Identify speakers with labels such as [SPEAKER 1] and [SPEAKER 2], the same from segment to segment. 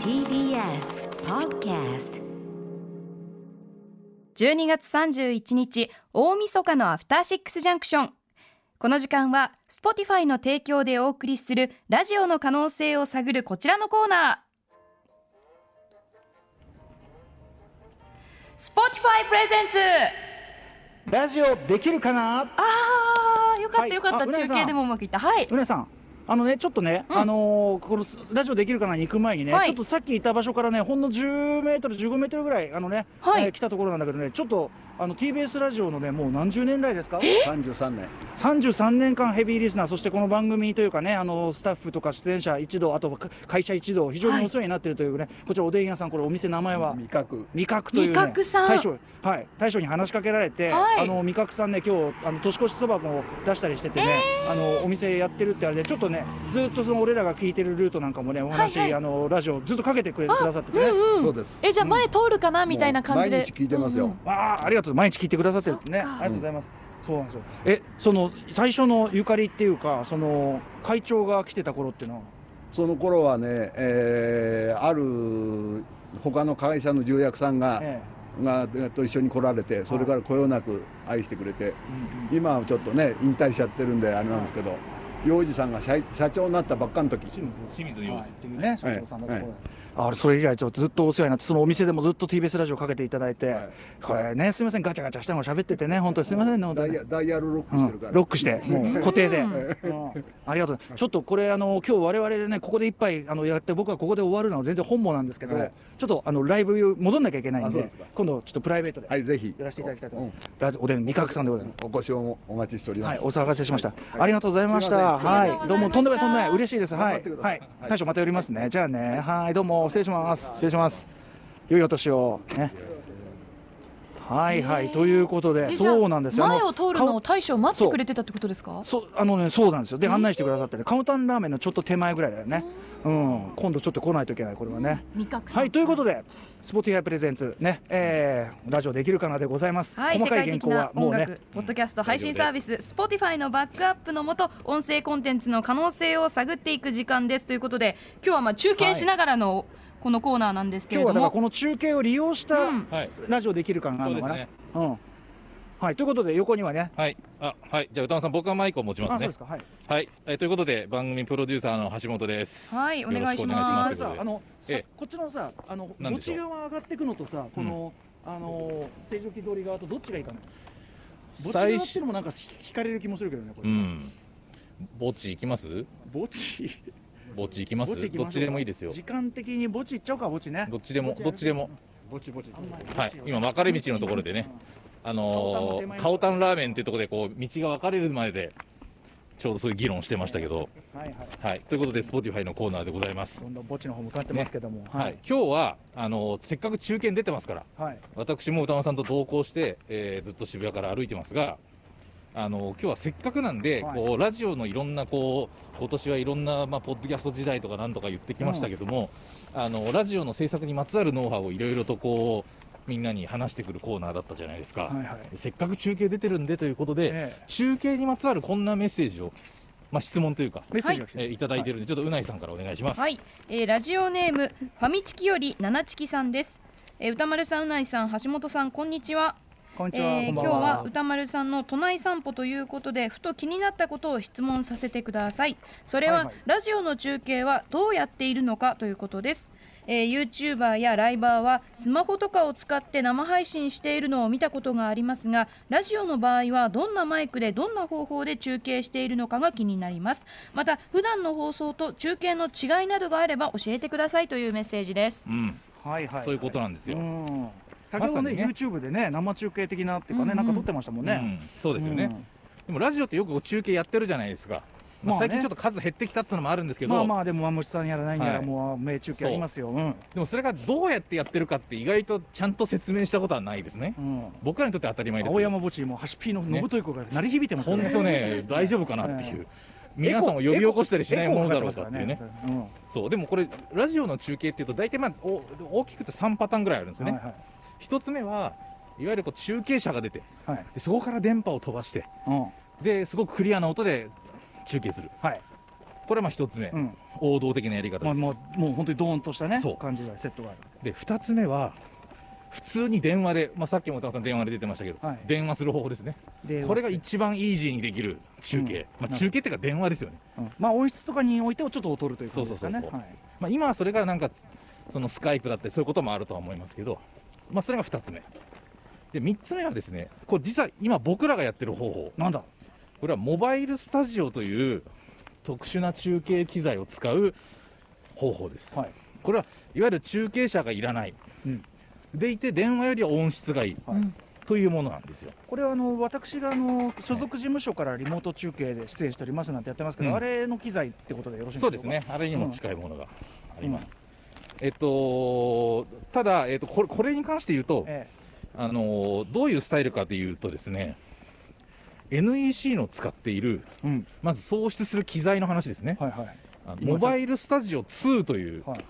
[SPEAKER 1] TBS Podcast
[SPEAKER 2] 12月31日大晦日のアフターシックスジャンクションこの時間は Spotify の提供でお送りするラジオの可能性を探るこちらのコーナー Spotify プレゼンツ
[SPEAKER 3] ラジオできるかな
[SPEAKER 2] あーよかっ
[SPEAKER 3] は
[SPEAKER 2] た
[SPEAKER 3] い
[SPEAKER 2] よかった、
[SPEAKER 3] あうなぎ
[SPEAKER 2] 中
[SPEAKER 3] さん
[SPEAKER 2] 継でもうまくいったはいう
[SPEAKER 3] なさんあのねちょっとね、
[SPEAKER 2] うん
[SPEAKER 3] あのーこのすラジオできるかなに行く前にね、
[SPEAKER 2] はい
[SPEAKER 3] ちょっとさっきいた場所からねほんの10メートル15メートルぐらいあのね、
[SPEAKER 2] はい
[SPEAKER 3] えー来たところなんだけどねちょっとあの TBS ラジオのねもう何十年来ですか
[SPEAKER 4] 33年
[SPEAKER 3] 33年間ヘビーリスナーそしてこの番組というかねあのスタッフとか出演者一同あとか会社一同非常にお世話になってるというね、こちらおでん屋さんこれお店名前は、
[SPEAKER 4] 味覚
[SPEAKER 3] 味覚という、ね、
[SPEAKER 2] 味覚さん
[SPEAKER 3] 大将はい大将に話しかけられて、
[SPEAKER 2] はい
[SPEAKER 3] あの味覚さんね今日あの年越しそばも出したりしててね、あのお店やってるってあれでちょっとねずっとその俺らが聞いてるルートなんかもねお話、
[SPEAKER 2] はいはい
[SPEAKER 3] あのラジオずっとかけてくれてくださっててね、
[SPEAKER 4] そうです
[SPEAKER 2] えじゃあ前通るかなみたいな感じで
[SPEAKER 4] もう毎日聞いてますよ
[SPEAKER 3] わあありがとう毎日聞いてくださってるねあ
[SPEAKER 2] そっか
[SPEAKER 3] りがとうございます、そうなんですよえその最初のゆかりっていうかその会長が来てた頃っていうのは
[SPEAKER 4] その頃はね、えーある他の会社の重役さんが,、
[SPEAKER 3] え
[SPEAKER 4] がえっと一緒に来られてそれからこよなく愛してくれて
[SPEAKER 3] えうんうん
[SPEAKER 4] 今はちょっとね引退しちゃってるんであれなんですけど、洋二さんが社社長になったばっかの時
[SPEAKER 3] 清水
[SPEAKER 5] 清水
[SPEAKER 3] 洋
[SPEAKER 5] 洋
[SPEAKER 3] 二
[SPEAKER 5] 二
[SPEAKER 3] っていうね社長さんだったところ
[SPEAKER 4] は
[SPEAKER 3] あそれ以来ちょっとずっとお世話になってそのお店でもずっと TBS ラジオかけていただいて、
[SPEAKER 4] はい
[SPEAKER 3] これねすみませんガチャガチャしたの喋っててね本当にすみませんね本当
[SPEAKER 4] ダイ
[SPEAKER 3] に
[SPEAKER 4] ヤ。ダイヤルロック
[SPEAKER 3] う
[SPEAKER 4] してるか
[SPEAKER 3] ん
[SPEAKER 4] ら、
[SPEAKER 3] ロックして、もう固定で、
[SPEAKER 2] う
[SPEAKER 3] うんんありがとうございます、ちょっとこれ、あの今日我々でね、ここで一杯あのやって、僕はここで終わるのは全然本望なんですけど、
[SPEAKER 4] はい
[SPEAKER 3] ちょっとあのライブ戻んなきゃいけないん
[SPEAKER 4] あそう
[SPEAKER 3] で
[SPEAKER 4] ですか、
[SPEAKER 3] 今度、ちょっとプライベートで、
[SPEAKER 4] はいぜひ
[SPEAKER 3] やらせていただきたいと
[SPEAKER 4] う
[SPEAKER 3] 思い
[SPEAKER 4] ん
[SPEAKER 3] ます、ラジオおでん、味覚さんでございます。
[SPEAKER 4] お越しをお待ちしておりま
[SPEAKER 3] はい、
[SPEAKER 4] す、
[SPEAKER 3] お騒がせしました。
[SPEAKER 4] い
[SPEAKER 3] ありがとうございました。
[SPEAKER 4] すいません
[SPEAKER 3] は
[SPEAKER 2] ありがとうございました
[SPEAKER 3] い、どうも、とんでもない、とんでもない、嬉しいです。は
[SPEAKER 4] 頑張
[SPEAKER 3] い
[SPEAKER 4] ってく、だ
[SPEAKER 3] は
[SPEAKER 4] さい
[SPEAKER 3] い
[SPEAKER 4] は、い
[SPEAKER 3] 大将また寄りますね。じゃあね、はい、どうも、失礼します。失礼します。良いお年を。ね。はい、はい、ということで、
[SPEAKER 2] えじゃあ
[SPEAKER 3] そうなんですよ。あ
[SPEAKER 2] 前を通る
[SPEAKER 3] カウ
[SPEAKER 2] のを大将待ってくれてたってことですか
[SPEAKER 3] そうあのねそうなんですよで案内してくださってねカウンターラーメンのちょっと手前ぐらいだよねうん今度ちょっと来ないといけないこれはね
[SPEAKER 1] 味覚さん
[SPEAKER 3] はいということでスポティアプレゼンツねえーラジオできるかなでございます
[SPEAKER 2] はい、
[SPEAKER 3] 細
[SPEAKER 2] 世
[SPEAKER 3] かい
[SPEAKER 2] 界
[SPEAKER 3] 原
[SPEAKER 2] 的
[SPEAKER 3] 稿
[SPEAKER 2] な
[SPEAKER 3] はも
[SPEAKER 2] 音
[SPEAKER 3] う
[SPEAKER 2] 楽、
[SPEAKER 3] ね
[SPEAKER 2] ポッドキャスト配信サービス、Spotify のバックアップのもと、音声コンテンツの可能性を探っていく時間ですということで、今日はまあ中継しながらのこのコーナーなんですけ
[SPEAKER 3] 今
[SPEAKER 2] れ
[SPEAKER 3] 日
[SPEAKER 2] ど
[SPEAKER 3] はだから
[SPEAKER 2] も、
[SPEAKER 3] この中継を利用した
[SPEAKER 2] うん
[SPEAKER 5] はい
[SPEAKER 3] ラジオできるかななのか
[SPEAKER 5] そう
[SPEAKER 3] な
[SPEAKER 5] ですね
[SPEAKER 3] うん。はい、ということで、横にはね。
[SPEAKER 5] はい。あ、はい。じゃあ、歌丸さん、僕はマイクを持ち
[SPEAKER 3] あ、
[SPEAKER 5] ます
[SPEAKER 3] そう
[SPEAKER 5] ね
[SPEAKER 3] で。すか。はい。
[SPEAKER 5] はい、えーということで、番組プロデューサーの橋本です。
[SPEAKER 2] はいお願いし
[SPEAKER 5] よろく
[SPEAKER 2] ま
[SPEAKER 3] あ
[SPEAKER 2] す
[SPEAKER 5] とい
[SPEAKER 3] さ
[SPEAKER 5] うこ、と
[SPEAKER 3] あ
[SPEAKER 5] で
[SPEAKER 3] の、さ
[SPEAKER 5] ええ
[SPEAKER 3] こっちのさ、あの、
[SPEAKER 5] 何
[SPEAKER 3] 持
[SPEAKER 5] でしょ
[SPEAKER 3] ち
[SPEAKER 5] う
[SPEAKER 3] 側上がってくのとさ、この、あの、成城通り側とどっちがいいかな。墓地側
[SPEAKER 5] 最
[SPEAKER 3] っ
[SPEAKER 5] 初
[SPEAKER 3] てのもなんか惹かれる気もするけどね、こ
[SPEAKER 5] う
[SPEAKER 3] れ。
[SPEAKER 5] ん。墓地行きます。
[SPEAKER 3] 墓地。
[SPEAKER 5] 墓地行きます。
[SPEAKER 3] 墓地行きましょう
[SPEAKER 5] どっちでもいいですよ
[SPEAKER 3] 時。間的に墓地行っちゃおうか、墓地ね。
[SPEAKER 5] どっちでも、どっちでも。
[SPEAKER 3] 墓地、墓地。
[SPEAKER 5] はい。今、分かれ道のところでね、あのー、カオタンラーメンっていうところで、こう、道が分かれる前で。ちょうどそういう議論してましたけど。
[SPEAKER 3] うん。はいはい。
[SPEAKER 5] はい。ということで、Spotify のコーナーでございます。
[SPEAKER 3] どんどん墓地の方向かってますけども。
[SPEAKER 5] はい。。今日は、あのー、せっかく中堅出てますから。
[SPEAKER 3] はい。
[SPEAKER 5] 私も歌丸さんと同行して、えーずっと渋谷から歩いてますが、あの今日はせっかくなんで、
[SPEAKER 3] はい
[SPEAKER 5] こうラジオのいろんなこう今年はいろんな、まあ、ポッドキャスト時代とかなんとか言ってきましたけども、あのラジオの制作にまつわるノウハウをいろいろとこうみんなに話してくるコーナーだったじゃないですか、
[SPEAKER 3] はいはい。
[SPEAKER 5] せっかく中継出てるんでということで、
[SPEAKER 3] ええ
[SPEAKER 5] 中継にまつわるこんなメッセージを、まあ、質問というか、
[SPEAKER 3] メッセージが来て
[SPEAKER 5] えーいただいてるんで、ちょっとうないさんからお願いします。
[SPEAKER 2] はい、えーラジオネーム、ファミチキよりナナチキさんです。えー歌丸さん、うないさん、橋本さん、こんにちは。
[SPEAKER 3] こんにちは。
[SPEAKER 2] えー
[SPEAKER 3] こ
[SPEAKER 2] 今
[SPEAKER 3] ん
[SPEAKER 2] 日
[SPEAKER 3] ばん
[SPEAKER 2] は歌丸さんの都内散歩ということでふと気になったことを質問させてくださいそれは、
[SPEAKER 3] はいはい
[SPEAKER 2] ラジオの中継はどうやっているのかということです、えー、YouTuber やライバーはスマホとかを使って生配信しているのを見たことがありますがラジオの場合はどんなマイクでどんな方法で中継しているのかが気になりますまた普段の放送と中継の違いなどがあれば教えてくださいというメッセージです
[SPEAKER 5] うん、
[SPEAKER 3] はいはい。
[SPEAKER 5] ということなんですよ。
[SPEAKER 3] うん先ほどね
[SPEAKER 5] まさにね
[SPEAKER 3] YouTube でね生中継的なっていうかね、
[SPEAKER 2] うんうん
[SPEAKER 3] なんか撮ってましたもんね。
[SPEAKER 5] うんそうですよね、でもラジオってよく中継やってるじゃないですか、ま
[SPEAKER 3] ま
[SPEAKER 5] あ
[SPEAKER 3] あね
[SPEAKER 5] 最近ちょっと数減ってきたってのもあるんです
[SPEAKER 3] う
[SPEAKER 5] け
[SPEAKER 3] ん
[SPEAKER 5] ど、
[SPEAKER 3] まあまあでもまむしさんやらないんやら
[SPEAKER 5] はい
[SPEAKER 3] もう名中継ありますよ。うん
[SPEAKER 5] でもそれがどうやってやってるかって、意外とちゃんと説明したことはないですね、
[SPEAKER 3] うん。
[SPEAKER 5] 僕らにとって当たり前です
[SPEAKER 3] 青
[SPEAKER 5] けど、
[SPEAKER 3] 山墓地もハシピーの
[SPEAKER 5] ね
[SPEAKER 3] 信とい子が鳴り響いてますよ
[SPEAKER 5] 本
[SPEAKER 3] ね。
[SPEAKER 5] 当ね、大丈夫かなっていう、皆さんを呼び
[SPEAKER 3] エコ
[SPEAKER 5] 起こしたりしない
[SPEAKER 3] エコ
[SPEAKER 5] もの
[SPEAKER 3] ー
[SPEAKER 5] だ
[SPEAKER 3] が
[SPEAKER 5] ろ
[SPEAKER 3] か
[SPEAKER 5] う
[SPEAKER 3] って
[SPEAKER 5] か
[SPEAKER 3] ま
[SPEAKER 5] っ
[SPEAKER 3] す
[SPEAKER 5] ていうね、
[SPEAKER 3] ら。うんは
[SPEAKER 5] そうでもこれ、ラジオの中継っていうと、大体、まあ、お大きくて3パターンぐらいあるんですよ
[SPEAKER 3] い
[SPEAKER 5] ね、
[SPEAKER 3] はい
[SPEAKER 5] 一つ目はいわゆるこう中継車が出て
[SPEAKER 3] はい。
[SPEAKER 5] で、そこから電波を飛ばして、
[SPEAKER 3] うん
[SPEAKER 5] ですごくクリアな音で中継する。
[SPEAKER 3] はい。
[SPEAKER 5] これはまあ一つ目、
[SPEAKER 3] うん
[SPEAKER 5] 王道的なやり
[SPEAKER 3] ま
[SPEAKER 5] 方で
[SPEAKER 3] あ、
[SPEAKER 5] す。
[SPEAKER 3] もうもう本当にドーンとしたね
[SPEAKER 5] そう
[SPEAKER 3] 感じがセットがある
[SPEAKER 5] で、二つ目は、普通に電話で、まあ、さっきも田中さん、電話で出てましたけど、
[SPEAKER 3] はい
[SPEAKER 5] 電話する方法ですね、
[SPEAKER 3] で
[SPEAKER 5] これが一番イージーにできる中継、
[SPEAKER 3] うん
[SPEAKER 5] まあ、中継っていうか、電話ですよね、
[SPEAKER 3] うんまあ音質とかにおいてをちょっと劣るという感じですかね
[SPEAKER 5] そうそうそう
[SPEAKER 3] はい
[SPEAKER 5] まあ、今はそれがなんか、そのスカイプだったり、そういうこともあるとは思いますけど、まあ、それが二つ目、で三つ目はですね、これ、実は今、僕らがやってる方法、
[SPEAKER 3] なんだ
[SPEAKER 5] これはモバイルスタジオという特殊な中継機材を使う方法です。
[SPEAKER 3] はい
[SPEAKER 5] これはいわゆる中継車がいらない、
[SPEAKER 3] うん
[SPEAKER 5] でいて電話よりは音質がいい、
[SPEAKER 3] はい
[SPEAKER 2] うん
[SPEAKER 5] というものなんですよ。
[SPEAKER 3] これはあの私があの所属事務所からリモート中継で出演しておりますなんてやってますけど、
[SPEAKER 5] うん
[SPEAKER 3] あれの機材ってことでよろしいんでしょ
[SPEAKER 5] そうう
[SPEAKER 3] か
[SPEAKER 5] ですね、あれにも近いものがあります。
[SPEAKER 3] う
[SPEAKER 5] えっと、ただ、えっと、これこれに関して言うと、
[SPEAKER 3] え
[SPEAKER 5] あのどういうスタイルかというとですね、NEC の使っている、
[SPEAKER 3] えうん
[SPEAKER 5] まず創出する機材の話ですね、
[SPEAKER 3] はいはい
[SPEAKER 5] あのモバイルスタジオ2という
[SPEAKER 3] はい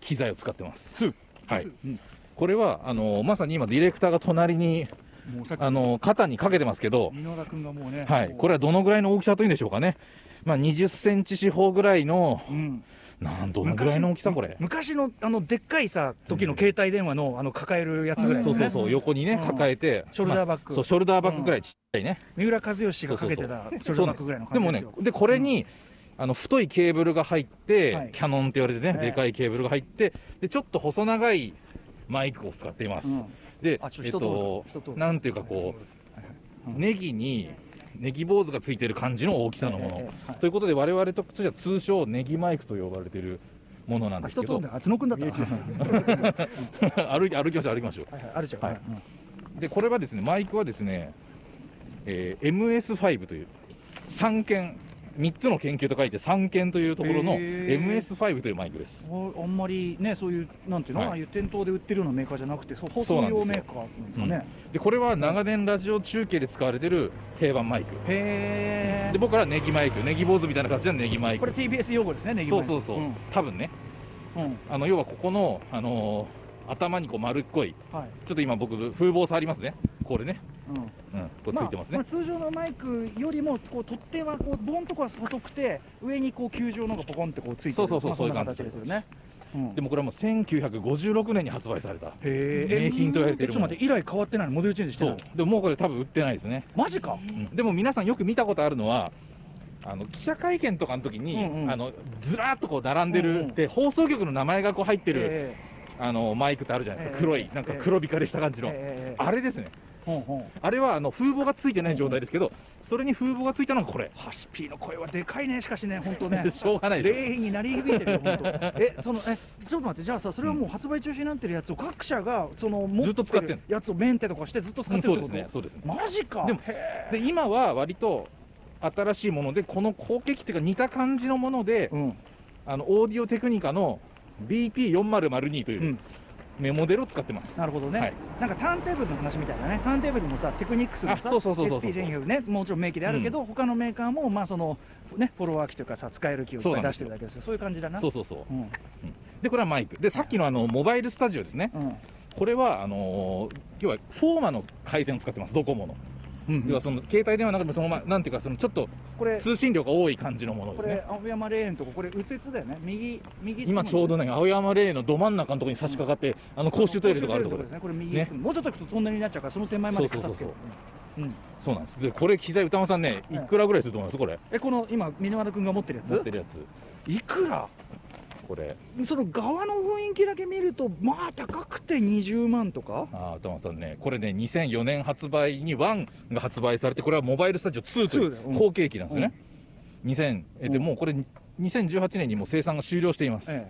[SPEAKER 5] 機材を使ってます。
[SPEAKER 3] ツー
[SPEAKER 5] はい、
[SPEAKER 3] うん
[SPEAKER 5] これはあのまさに今、ディレクターが隣に
[SPEAKER 3] もうさっき
[SPEAKER 5] あの肩にかけてますけど、
[SPEAKER 3] 箕浦君がもうね
[SPEAKER 5] はい、これはどのぐらいの大きさというんでしょうかね、まあ、20センチ四方ぐらいの、
[SPEAKER 3] うん
[SPEAKER 5] なんどのぐらいの大きさ、これ、
[SPEAKER 3] 昔のあのでっかいさ時の携帯電話のあの抱えるやつぐらい
[SPEAKER 5] そ
[SPEAKER 3] の
[SPEAKER 5] うそう
[SPEAKER 3] ね
[SPEAKER 5] そう、横に
[SPEAKER 3] う
[SPEAKER 5] ね、
[SPEAKER 3] ん
[SPEAKER 5] 抱えて、
[SPEAKER 3] ショルダーバッグ
[SPEAKER 5] まあそうショルダーバッグぐらいちっちゃいね、
[SPEAKER 3] 三浦和義がかけてたショルダーバッグぐらいの
[SPEAKER 5] で
[SPEAKER 3] 感
[SPEAKER 5] も
[SPEAKER 3] じで
[SPEAKER 5] ね
[SPEAKER 3] すよ、
[SPEAKER 5] でこれに、あの太いケーブルが入って、
[SPEAKER 3] はい
[SPEAKER 5] キャノンって言われてね、
[SPEAKER 3] ね
[SPEAKER 5] でかいケーブルが入ってで、ちょっと細長いマイクを使っています。
[SPEAKER 3] うん
[SPEAKER 5] で
[SPEAKER 3] あちょ、
[SPEAKER 5] えっ
[SPEAKER 3] 人通る
[SPEAKER 5] と
[SPEAKER 3] 人通、る
[SPEAKER 5] なんていうかこう、
[SPEAKER 3] うん
[SPEAKER 5] ネギに、ネギ坊主がついてる感じの大きさのも
[SPEAKER 3] えええ
[SPEAKER 5] の
[SPEAKER 3] えはい。
[SPEAKER 5] ということで、我々としては通称、ネギマイクと呼ばれているものなん
[SPEAKER 3] あ
[SPEAKER 5] です
[SPEAKER 3] 人
[SPEAKER 5] け
[SPEAKER 3] 飛
[SPEAKER 5] ど
[SPEAKER 3] ん、で厚野君だったな
[SPEAKER 5] 歩いて歩きましょう、歩きましょ
[SPEAKER 3] はいはいあるじゃん、
[SPEAKER 5] はいうん。で、これはですね、マイクはですね、えー MS5 という、三剣、3つの研究と書いて、三剣というところの
[SPEAKER 3] へえ
[SPEAKER 5] MS5 というマイクです。
[SPEAKER 3] うんあんまりねそういうなんていうの、
[SPEAKER 5] はい
[SPEAKER 3] ああいう店頭で売ってるようなメーカーじゃなくてそう放
[SPEAKER 5] そ
[SPEAKER 3] 送
[SPEAKER 5] うなんです
[SPEAKER 3] 用
[SPEAKER 5] よ
[SPEAKER 3] メーカーなんですかね、
[SPEAKER 5] で、これは長年ラジオ中継で使われている定番マイク。
[SPEAKER 3] へ
[SPEAKER 5] で、
[SPEAKER 3] え
[SPEAKER 5] 僕らはネギマイク、ネギ坊主みたいな形のネギマイク
[SPEAKER 3] これ。TBS 用語ですねネギ
[SPEAKER 5] そ
[SPEAKER 3] マイ
[SPEAKER 5] う
[SPEAKER 3] ク
[SPEAKER 5] そうそう、
[SPEAKER 3] ん
[SPEAKER 5] 多分ね、
[SPEAKER 3] うん
[SPEAKER 5] あの要はここの、あのー頭にこう丸っこい、
[SPEAKER 3] はい
[SPEAKER 5] ちょっと今、僕、風防触りますね、これね、
[SPEAKER 3] うん
[SPEAKER 5] うん、これついてますね、
[SPEAKER 3] ああ通常のマイクよりもこう取っ手はこうボンとこは細くて上にこう球状のがポコンってこうついてる
[SPEAKER 5] そうそうそう
[SPEAKER 3] まあんな
[SPEAKER 5] そうい
[SPEAKER 3] 形で
[SPEAKER 5] う感じ
[SPEAKER 3] すよね、うん
[SPEAKER 5] でもこれはもう1956年に発売された、
[SPEAKER 3] へえ
[SPEAKER 5] 名品と言われて
[SPEAKER 3] え
[SPEAKER 5] る
[SPEAKER 3] ちょっと待って以来変わってないのモデルチェンジして
[SPEAKER 5] そ
[SPEAKER 3] な
[SPEAKER 5] う
[SPEAKER 3] い、
[SPEAKER 5] でももうこれ、多分売ってないですね、
[SPEAKER 3] マジか
[SPEAKER 5] うんでも皆さん、よく見たことあるのは、あの記者会見とかの時に、
[SPEAKER 3] うんうん
[SPEAKER 5] あのずらーっとこう並んでる、
[SPEAKER 3] うんうん
[SPEAKER 5] で放送局の名前がこう入ってる、
[SPEAKER 3] え
[SPEAKER 5] あのマイクってあるじゃないですか、
[SPEAKER 3] ええ
[SPEAKER 5] 黒い、なんか黒光りした感じ
[SPEAKER 3] え
[SPEAKER 5] の、
[SPEAKER 3] ええ
[SPEAKER 5] あれですね、
[SPEAKER 3] ほんほん
[SPEAKER 5] あれはあの風防がついてない状態ですけど、それに風防がついたのがこれ、
[SPEAKER 3] ハシピーの声はでかいねしかしね本当ね
[SPEAKER 5] しょうがないでしょ
[SPEAKER 3] 礼儀に鳴り響いてるよ、本当。え、その、え、ちょっと待って、じゃあさ、それはもう発売中止になってるやつを各社が、その、持
[SPEAKER 5] ずっと使ってんの
[SPEAKER 3] やつをメンテとかして、ずっと使
[SPEAKER 5] う
[SPEAKER 3] っ
[SPEAKER 5] ん
[SPEAKER 3] てる
[SPEAKER 5] そ
[SPEAKER 3] っ
[SPEAKER 5] う
[SPEAKER 3] て
[SPEAKER 5] で
[SPEAKER 3] こ
[SPEAKER 5] す
[SPEAKER 3] と。
[SPEAKER 5] ね、そうですね。
[SPEAKER 3] マジか。
[SPEAKER 5] でも
[SPEAKER 3] へ
[SPEAKER 5] で今は割と新しいものでこの後継機というか似た感じのもので
[SPEAKER 3] ー、うん、
[SPEAKER 5] あのオーディオテクニカの BP4002 と
[SPEAKER 3] う、
[SPEAKER 5] いうんメモデルを使ってます、
[SPEAKER 3] なるほどね、
[SPEAKER 5] はい
[SPEAKER 3] なんかターンテーブルの話みたいなね、ターンテーブルもさ、テクニックスのさ、
[SPEAKER 5] あそうそうそうそうそう
[SPEAKER 3] SP1100 ね、もちろん名機であるけど、他のメーカーも、まあ、その、ね、フォロワー機というかさ、使える機をいっぱい出してるだけですよ。そういう感じだな。
[SPEAKER 5] そううそうそ
[SPEAKER 3] ん、
[SPEAKER 5] うでこれはマイクでさっきのあのモバイルスタジオですね
[SPEAKER 3] うん、
[SPEAKER 5] これはあのー要はフォーマの回線を使ってますドコモの、
[SPEAKER 3] うん
[SPEAKER 5] 要はその携帯電話の中でもそのままなんていうかそのちょっと
[SPEAKER 3] これ、
[SPEAKER 5] 通信量が多い感じのもので
[SPEAKER 3] こ
[SPEAKER 5] すね
[SPEAKER 3] れ、青山霊園のとこ、これ右折だよね。右、右進む
[SPEAKER 5] 今ちょうどね青山霊園のど真ん中のところに差し掛かって、あの公衆トイレとかあるところ
[SPEAKER 3] で
[SPEAKER 5] ですす
[SPEAKER 3] ね。これ右です、もうちょっと行くとトンネルになっちゃうからその手前まで片付ける
[SPEAKER 5] そう。
[SPEAKER 3] うんうん
[SPEAKER 5] そうなんですでこれ機材歌間さんねいくらぐらいすると思いますこれ
[SPEAKER 3] えこの今箕輪田君が持ってるや
[SPEAKER 5] 持っ
[SPEAKER 3] つ
[SPEAKER 5] てるやつ
[SPEAKER 3] いくら
[SPEAKER 5] これ
[SPEAKER 3] その側の雰囲気だけ見るとまあ高くて20万とか
[SPEAKER 5] あー歌間さんねこれね2004年発売に1が発売されてこれはモバイルスタジオ2とい
[SPEAKER 3] 2だようん
[SPEAKER 5] う後継機なんですよね、2000えで
[SPEAKER 3] うん
[SPEAKER 5] もうこれ2018年にもう生産が終了しています、
[SPEAKER 3] え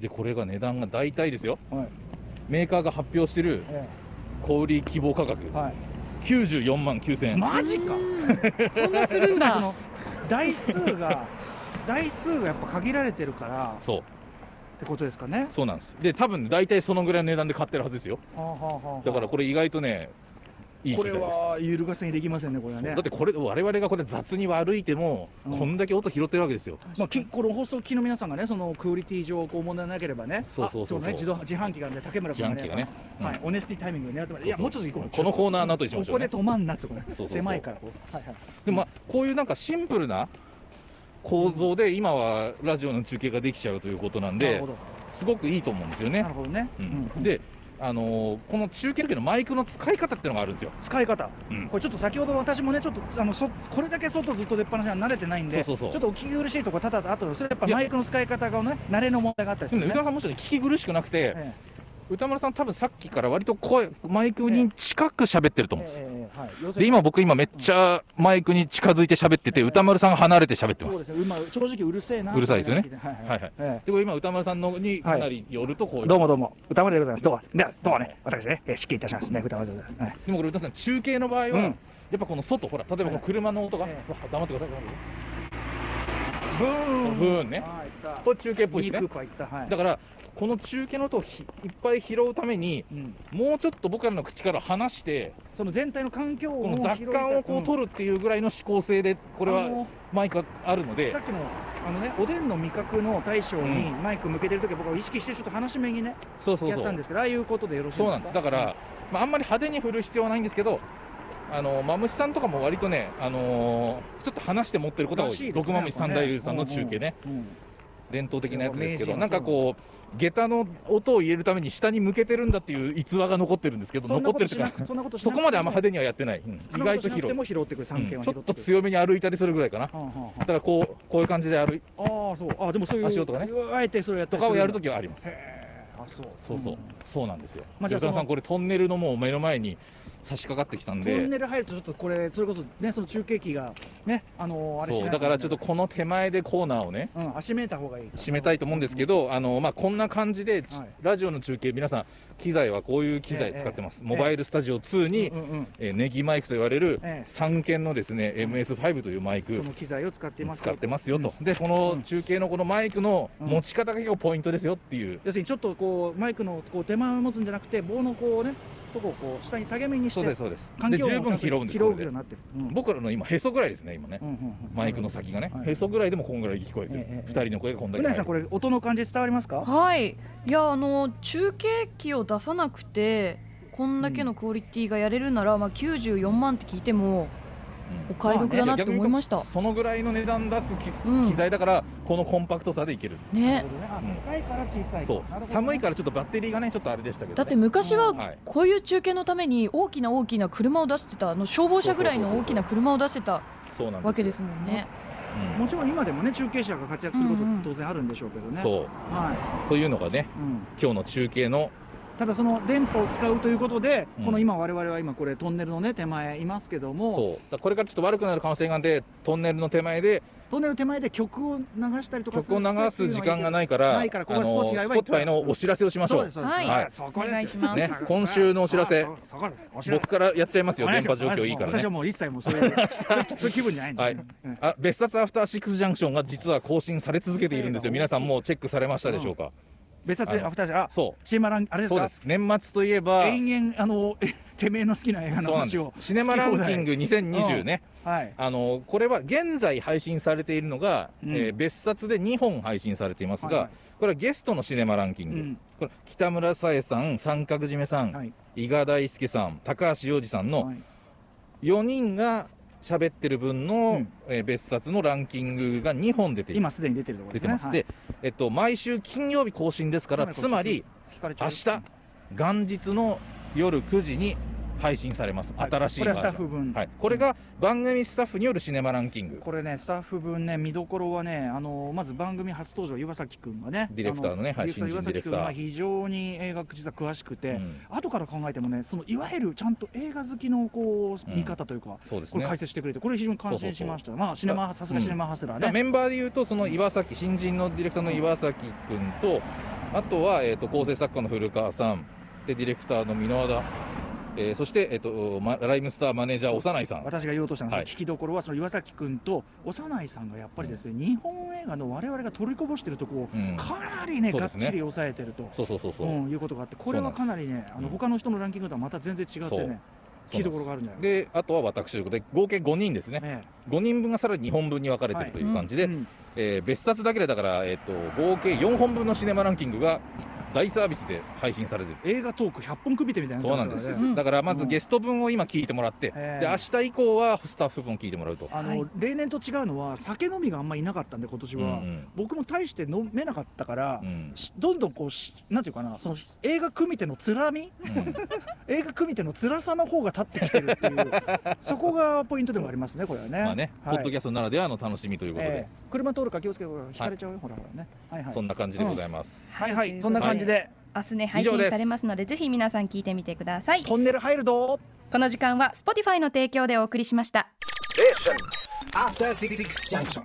[SPEAKER 5] でこれが値段が大体ですよ
[SPEAKER 3] えはい
[SPEAKER 5] メーカーが発表してる
[SPEAKER 3] え
[SPEAKER 5] 小売希望価格
[SPEAKER 3] えは
[SPEAKER 5] 94万9000
[SPEAKER 3] い
[SPEAKER 5] 円
[SPEAKER 3] マジか
[SPEAKER 2] そんなするん
[SPEAKER 3] つまりそ
[SPEAKER 2] だ
[SPEAKER 3] の台数が 台数がやっぱ限られてるからっ
[SPEAKER 5] そう
[SPEAKER 3] てことですかね
[SPEAKER 5] そうなんですで多分大体そのぐらいの値段で買ってるはずですよ
[SPEAKER 3] はあはあはあ
[SPEAKER 5] だからこれ意外とねいい機
[SPEAKER 3] こ
[SPEAKER 5] 材
[SPEAKER 3] れ
[SPEAKER 5] です
[SPEAKER 3] は揺るがせにできませんねこれは
[SPEAKER 5] そう
[SPEAKER 3] ね
[SPEAKER 5] だってこれ我々がこれ雑に歩いても、
[SPEAKER 3] うん
[SPEAKER 5] こんだけ音拾ってるわけですよ
[SPEAKER 3] まあ、きこの放送機の皆さんがね、そのクオリティ上、こう問題なければね、
[SPEAKER 5] そうそうそうそう
[SPEAKER 3] あちょっとね、自動自販機がね、竹村
[SPEAKER 5] 自
[SPEAKER 3] 君
[SPEAKER 5] 販機がね、うん
[SPEAKER 3] はい、オネスティタイミングを狙ってます。いや、
[SPEAKER 5] そうそう
[SPEAKER 3] もうちょっと行こう。
[SPEAKER 5] このコーナーの後にしましょうね
[SPEAKER 3] ここで止まんなっつうこれ
[SPEAKER 5] そうそうそう
[SPEAKER 3] 狭いからこう。はいはい。
[SPEAKER 5] でもまあこういうなんかシンプルな構造で、今はラジオの中継ができちゃうということなん
[SPEAKER 3] なる
[SPEAKER 5] で
[SPEAKER 3] ほ、ど。
[SPEAKER 5] すごくいいと思うんですよね
[SPEAKER 3] なる。ほどね。
[SPEAKER 5] うん
[SPEAKER 3] うん
[SPEAKER 5] で、あのーこの中継だけのマイクの使い方っていうのがあるんですよ。
[SPEAKER 3] 使い方、
[SPEAKER 5] うん
[SPEAKER 3] これちょっと先ほど私もね、ちょっとあのそこれだけ外ずっと出っ放しは慣れてないんで、
[SPEAKER 5] そうそうそう
[SPEAKER 3] ちょっとお聞き苦しいところ、ただあと、それやっぱ
[SPEAKER 5] いや
[SPEAKER 3] マイクの使い方がね、慣れの問題があったりす
[SPEAKER 5] でも
[SPEAKER 3] る
[SPEAKER 5] ね
[SPEAKER 3] ね
[SPEAKER 5] 歌。さんもちょっと聞き苦しくなくて、
[SPEAKER 3] え
[SPEAKER 5] 歌丸さん多分さっきから割と声、マイクに近く喋ってると
[SPEAKER 3] え
[SPEAKER 5] 思うんで
[SPEAKER 3] え
[SPEAKER 5] す。
[SPEAKER 3] えはい、要す
[SPEAKER 5] で、
[SPEAKER 3] るに
[SPEAKER 5] 今僕今めっちゃマイクに近づいて喋ってて、
[SPEAKER 3] ええ
[SPEAKER 5] 歌丸さんが離れて喋ってま
[SPEAKER 3] そう
[SPEAKER 5] す
[SPEAKER 3] で。すね、まあ、正直うるせえな、
[SPEAKER 5] うるさいですよね
[SPEAKER 3] はいはい
[SPEAKER 5] はいはい
[SPEAKER 3] え
[SPEAKER 5] で、これ今歌丸さんのにかなり寄るとこういう、
[SPEAKER 3] えどうもどうも、歌丸でございます。どうも、ではどうもね、私ね、えー、指揮いたしますね、歌丸でございます。はい
[SPEAKER 5] でもこれ歌丸さん中継の場合は、
[SPEAKER 3] うん
[SPEAKER 5] やっぱこの外、ほら、例えばこの車の音が、
[SPEAKER 3] ええ
[SPEAKER 5] わ黙ってください、黙ってくださ
[SPEAKER 3] ブー
[SPEAKER 5] いブーンね。
[SPEAKER 3] あー行った
[SPEAKER 5] これ中継っぽい
[SPEAKER 3] いい
[SPEAKER 5] です
[SPEAKER 3] クー
[SPEAKER 5] ね。
[SPEAKER 3] パー行った、はい。
[SPEAKER 5] だから、この中継の音をひいっぱい拾うために、
[SPEAKER 3] うん、
[SPEAKER 5] もうちょっと僕らの口から離して、
[SPEAKER 3] その全体の環境
[SPEAKER 5] こ
[SPEAKER 3] 音を
[SPEAKER 5] の雑感をこう取るっていうぐらいの指向性で、こ
[SPEAKER 3] こ
[SPEAKER 5] れはマイクがあるので
[SPEAKER 3] さ、っきのあのねおでんの味覚の大将にマイク向けてるとき、僕は意識してちょっと話し目にね
[SPEAKER 5] そうそう
[SPEAKER 3] やっ
[SPEAKER 5] そ
[SPEAKER 3] たん
[SPEAKER 5] う
[SPEAKER 3] で、すけどああいうことでよろしいですか
[SPEAKER 5] そうなんです、だから、まあ、あんまり派手に振る必要はないんですけど、あのマムシさんとかも割とね、あのーちょっと話して持ってることが多
[SPEAKER 3] らしいで
[SPEAKER 5] い、
[SPEAKER 3] すね
[SPEAKER 5] 毒マムシ三大流さんの中継ね、
[SPEAKER 3] うんうん
[SPEAKER 5] 伝統的なやつですけ
[SPEAKER 3] いや
[SPEAKER 5] ど、
[SPEAKER 3] 名
[SPEAKER 5] なん
[SPEAKER 3] 人は
[SPEAKER 5] かこう、下駄の音を入れるために下に向けてるんだっていう逸話が残ってるんですけど、
[SPEAKER 3] そんな
[SPEAKER 5] 残っ
[SPEAKER 3] こ
[SPEAKER 5] て
[SPEAKER 3] と
[SPEAKER 5] ると
[SPEAKER 3] し
[SPEAKER 5] いう
[SPEAKER 3] な
[SPEAKER 5] か、
[SPEAKER 3] くそんなことし
[SPEAKER 5] そ
[SPEAKER 3] なく
[SPEAKER 5] こまであんま派手にはやってない、うん
[SPEAKER 3] そん
[SPEAKER 5] 意
[SPEAKER 3] なこ
[SPEAKER 5] 外
[SPEAKER 3] としなく
[SPEAKER 5] と広
[SPEAKER 3] て
[SPEAKER 5] い、
[SPEAKER 3] も拾ってくる
[SPEAKER 5] う
[SPEAKER 3] 三
[SPEAKER 5] んち
[SPEAKER 3] 軒は
[SPEAKER 5] ょ
[SPEAKER 3] 拾
[SPEAKER 5] っ
[SPEAKER 3] って
[SPEAKER 5] と
[SPEAKER 3] くる、
[SPEAKER 5] 強めに歩いたりするぐらいかな。
[SPEAKER 3] はあはあ
[SPEAKER 5] だからこうこういう感じで歩い
[SPEAKER 3] はあああそうああでもそういう
[SPEAKER 5] 足音がね
[SPEAKER 3] あえてそれやった
[SPEAKER 5] と
[SPEAKER 3] り
[SPEAKER 5] かをやると
[SPEAKER 3] き
[SPEAKER 5] きはあります。
[SPEAKER 3] あそう
[SPEAKER 5] そうそう、
[SPEAKER 3] ん
[SPEAKER 5] そうなんですよ。
[SPEAKER 3] まあじゃあ
[SPEAKER 5] 吉
[SPEAKER 3] そ
[SPEAKER 5] 田さ
[SPEAKER 3] の
[SPEAKER 5] ん、これトンネルのもう目の前に差し掛かってきたん
[SPEAKER 3] トン
[SPEAKER 5] で、
[SPEAKER 3] ネル入るとちょっとこれそれこそねその中継機がねあのーあれし
[SPEAKER 5] そ
[SPEAKER 3] な
[SPEAKER 5] う
[SPEAKER 3] い
[SPEAKER 5] だからちょっとこの手前でコーナーをね、
[SPEAKER 3] うん足めいた方がいい
[SPEAKER 5] 締めたいと思うんですけど、あのまあ、こんな感じで、
[SPEAKER 3] はい
[SPEAKER 5] ラジオの中継、皆さん、機材はこういう機材使ってます、モバイルスタジオ2に、
[SPEAKER 3] うんうん
[SPEAKER 5] えーネギマイクと言われる
[SPEAKER 3] ええ
[SPEAKER 5] 3軒のですね、MS5 というマイ
[SPEAKER 3] うん
[SPEAKER 5] ク
[SPEAKER 3] そ。の機材を使っています
[SPEAKER 5] 使
[SPEAKER 3] よ
[SPEAKER 5] ってますよと、でこの中継のこのマイクの持ち方が結構ポイントですよっていう、
[SPEAKER 3] 要するにちょっとこうマイクのこう手前を持つんじゃなくて棒のこうねとこをこう下に下げ目にして
[SPEAKER 5] そうですそうです
[SPEAKER 3] 環
[SPEAKER 5] で
[SPEAKER 3] 境音をち
[SPEAKER 5] 十
[SPEAKER 3] ゃ
[SPEAKER 5] 分
[SPEAKER 3] んと
[SPEAKER 5] 拾うんです
[SPEAKER 3] 拾うよ
[SPEAKER 5] これ
[SPEAKER 3] う
[SPEAKER 5] で
[SPEAKER 3] になってる、うん
[SPEAKER 5] 僕らの今へそぐらいですね今ね
[SPEAKER 3] うんうんうん
[SPEAKER 5] マイクの先がね、
[SPEAKER 3] はい
[SPEAKER 5] へそぐらいでもこんぐらい聞こえて
[SPEAKER 3] えええ
[SPEAKER 5] る、
[SPEAKER 3] え
[SPEAKER 5] 二人の声がこんだ
[SPEAKER 3] う
[SPEAKER 5] け
[SPEAKER 3] なぎ
[SPEAKER 5] 入
[SPEAKER 3] さん
[SPEAKER 5] る
[SPEAKER 3] これ音の感じ伝わりますか
[SPEAKER 6] はい、いやあの中継機を出さなくてこんだけのクオリティがやれるなら、まあ94万って聞いてもお買い得だなって思いました
[SPEAKER 5] うん、そのぐらいの値段出すき
[SPEAKER 6] うん
[SPEAKER 5] 機材だから、このコンパクトさでいける、
[SPEAKER 3] な
[SPEAKER 6] ね
[SPEAKER 3] るほどねあ
[SPEAKER 5] うん
[SPEAKER 3] 高いから小さい
[SPEAKER 5] そう、寒い
[SPEAKER 3] か
[SPEAKER 5] からちょっとバッテリーがね、ちょっとあれでしたけど、ね、
[SPEAKER 6] だって昔は
[SPEAKER 5] はい
[SPEAKER 6] こういう中継のために大きな大きな車を出してたあの消防車ぐらいの大きな車を出してた
[SPEAKER 5] そうなんですよ
[SPEAKER 6] わけですもんね。
[SPEAKER 5] うん
[SPEAKER 3] もちろん今でもね中継者が活躍することって当然あるんでしょうけどね、
[SPEAKER 5] そう
[SPEAKER 3] は
[SPEAKER 5] というのが
[SPEAKER 3] い
[SPEAKER 5] ね、
[SPEAKER 3] うん、
[SPEAKER 5] 今日の中継の、
[SPEAKER 3] ただその電波を使うということで、
[SPEAKER 5] うん
[SPEAKER 3] この今我々は今これトンネルのね手前いますけども
[SPEAKER 5] そうだからこれからちょっと悪くなる可能性があるんで、トンネルの手前で
[SPEAKER 3] トンネル手前で曲を流したりとか
[SPEAKER 5] 曲を流す時間が
[SPEAKER 3] い
[SPEAKER 5] ないから、
[SPEAKER 3] ないからこ
[SPEAKER 5] あ
[SPEAKER 3] こはスポーテ
[SPEAKER 5] の
[SPEAKER 3] ィファイ
[SPEAKER 5] ス
[SPEAKER 3] は
[SPEAKER 5] ポッティファイのお知らせをしまし
[SPEAKER 3] そ
[SPEAKER 5] ょ
[SPEAKER 3] う
[SPEAKER 5] う
[SPEAKER 3] です。そうです
[SPEAKER 6] はい
[SPEAKER 5] はい
[SPEAKER 3] そこ
[SPEAKER 2] お願いします
[SPEAKER 5] ね、今週のお知らせ、
[SPEAKER 3] そこお知らせ
[SPEAKER 5] 僕からやっちゃいます
[SPEAKER 3] お
[SPEAKER 5] よ、
[SPEAKER 3] 願
[SPEAKER 5] 電
[SPEAKER 3] いしま
[SPEAKER 5] 波
[SPEAKER 3] す
[SPEAKER 5] 状況いいから
[SPEAKER 3] 私は
[SPEAKER 5] ね。
[SPEAKER 3] もう一切もう そういうそういう気分じゃないんで、
[SPEAKER 5] はい
[SPEAKER 3] うん
[SPEAKER 5] あ別冊アフターシックスジャンクションが実は更新され続けているんですよ、皆さんもうチェックされましたでしょうか、
[SPEAKER 3] 別冊で
[SPEAKER 5] あの
[SPEAKER 3] アフターシャあ
[SPEAKER 5] そう、
[SPEAKER 3] シーマランあれです
[SPEAKER 5] そう
[SPEAKER 3] か
[SPEAKER 5] です、年末といえば、
[SPEAKER 3] 延々あの てめえの好きな映画の
[SPEAKER 5] そうなん
[SPEAKER 3] 話
[SPEAKER 5] で
[SPEAKER 3] を
[SPEAKER 5] すシネマランキング2020ね、
[SPEAKER 3] はい
[SPEAKER 5] あのこれは現在配信されているのが、
[SPEAKER 3] うん
[SPEAKER 5] えー別冊で2本配信されていますが、
[SPEAKER 3] はいはい
[SPEAKER 5] これはゲストのシネマランキング、
[SPEAKER 3] うん
[SPEAKER 5] これ北村沙絵さん、三角締めさん、
[SPEAKER 3] はい
[SPEAKER 5] 伊賀大輔さん、高橋洋二さんの
[SPEAKER 3] はい
[SPEAKER 5] 4人が喋ってる分の、
[SPEAKER 3] うん
[SPEAKER 5] えー別冊のランキングが2本出てい
[SPEAKER 3] 今すでに出てるところで
[SPEAKER 5] 出
[SPEAKER 3] す
[SPEAKER 5] て
[SPEAKER 3] ね
[SPEAKER 5] ます、でえっと、毎週金曜日更新ですから、
[SPEAKER 3] はい
[SPEAKER 5] つまり
[SPEAKER 3] 今ねこ
[SPEAKER 5] 明
[SPEAKER 3] れ
[SPEAKER 5] 日
[SPEAKER 3] ちょっと
[SPEAKER 5] 元日の夜9時に配信されます、
[SPEAKER 3] はい
[SPEAKER 5] 新しい
[SPEAKER 3] これ
[SPEAKER 5] バー
[SPEAKER 3] はスタッ
[SPEAKER 5] ジョン
[SPEAKER 3] フ分
[SPEAKER 5] はい、これが番組スタッフによるシネマランキング、
[SPEAKER 3] これねスタッフ分ね見どころはねあのまず番組初登場岩崎くんがね
[SPEAKER 5] ディレクターのね
[SPEAKER 3] あ
[SPEAKER 5] はい
[SPEAKER 3] ディレクター
[SPEAKER 5] 新
[SPEAKER 3] 岩
[SPEAKER 5] 人デ
[SPEAKER 3] 崎
[SPEAKER 5] ィレク
[SPEAKER 3] くん
[SPEAKER 5] ター
[SPEAKER 3] が非常に映画実は詳しくて、
[SPEAKER 5] うん
[SPEAKER 3] 後から考えてもねそのいわゆるちゃんと映画好きのこう
[SPEAKER 5] うん
[SPEAKER 3] 見方というか、
[SPEAKER 5] そうです
[SPEAKER 3] これ
[SPEAKER 5] ね
[SPEAKER 3] 解説してくれてこれ非常に感心しましたまあシネマさす
[SPEAKER 5] う
[SPEAKER 3] が
[SPEAKER 5] ん
[SPEAKER 3] シネマハスラー
[SPEAKER 5] だからメ
[SPEAKER 3] ね、
[SPEAKER 5] ンバーでいうとその岩崎新人のディレクターの岩崎君とあとは、えー、と構成作家の古川さんでディレクターの箕輪田、えーそして、えーとま、ライムスターマネージャー長内さん
[SPEAKER 3] 私が言おうとしたのは
[SPEAKER 5] はい
[SPEAKER 3] その聞きどころはその岩崎くんと幼いさんがやっぱりですね、日本映画の我々が取りこぼしてるとこを
[SPEAKER 5] うん
[SPEAKER 3] かなりね、
[SPEAKER 5] そう
[SPEAKER 3] がっ
[SPEAKER 5] です
[SPEAKER 3] ち
[SPEAKER 5] ね
[SPEAKER 3] り抑えてると
[SPEAKER 5] そうそうそうそうう、
[SPEAKER 3] ん、いうことがあってこれはかなりねあの
[SPEAKER 5] うん
[SPEAKER 3] 他の人のランキングとはまた全然違って
[SPEAKER 5] そう
[SPEAKER 3] ね聞きどころがあるんじゃないか
[SPEAKER 5] であとは私ということで合計5人ですね
[SPEAKER 3] ね
[SPEAKER 5] 5人分がさらに2本分に分かれてるという感じで、
[SPEAKER 3] うん
[SPEAKER 5] えー別冊だけでだから、えー、と合計4本分のシネマランキングが大サービスで配信されてる。
[SPEAKER 3] 映画トーク100本首手みたいに
[SPEAKER 5] そう
[SPEAKER 3] な
[SPEAKER 5] な
[SPEAKER 3] っ
[SPEAKER 5] ん
[SPEAKER 3] てます
[SPEAKER 5] です
[SPEAKER 3] からね。
[SPEAKER 2] うん
[SPEAKER 5] だからまずゲスト分を今聞いてもらって、
[SPEAKER 3] ええ
[SPEAKER 5] で明日以降はスタッフ分聞いてもらうと。
[SPEAKER 3] あの、
[SPEAKER 2] はい
[SPEAKER 3] 例年と違うのは酒飲みがあんまりいなかったんで今年
[SPEAKER 5] うんう
[SPEAKER 3] は、
[SPEAKER 5] ん
[SPEAKER 3] 僕も大して飲めなかったから、
[SPEAKER 5] うん
[SPEAKER 3] しどんどんこうしなんていうかなその映画組手のつらみ
[SPEAKER 5] うん
[SPEAKER 3] 映画組手の辛さの方が立ってきてるっていう そこがポイントでもありますねこれはね。
[SPEAKER 5] まあね、
[SPEAKER 3] はい
[SPEAKER 5] ポッドキャストならではの楽しみということで、
[SPEAKER 3] ええ車通るから気をつけて引かれちゃうよ、ほらほらね。はいはい
[SPEAKER 5] そんな感じでございます。
[SPEAKER 3] はい
[SPEAKER 2] は
[SPEAKER 3] はい
[SPEAKER 2] ということで
[SPEAKER 3] いそんな感じで
[SPEAKER 2] 明日ね配信されますのでぜひ皆さん聞いてみてください
[SPEAKER 3] トンネル入るぞ。
[SPEAKER 2] この時間は Spotify の提供でお送りしました
[SPEAKER 7] After Six Junction.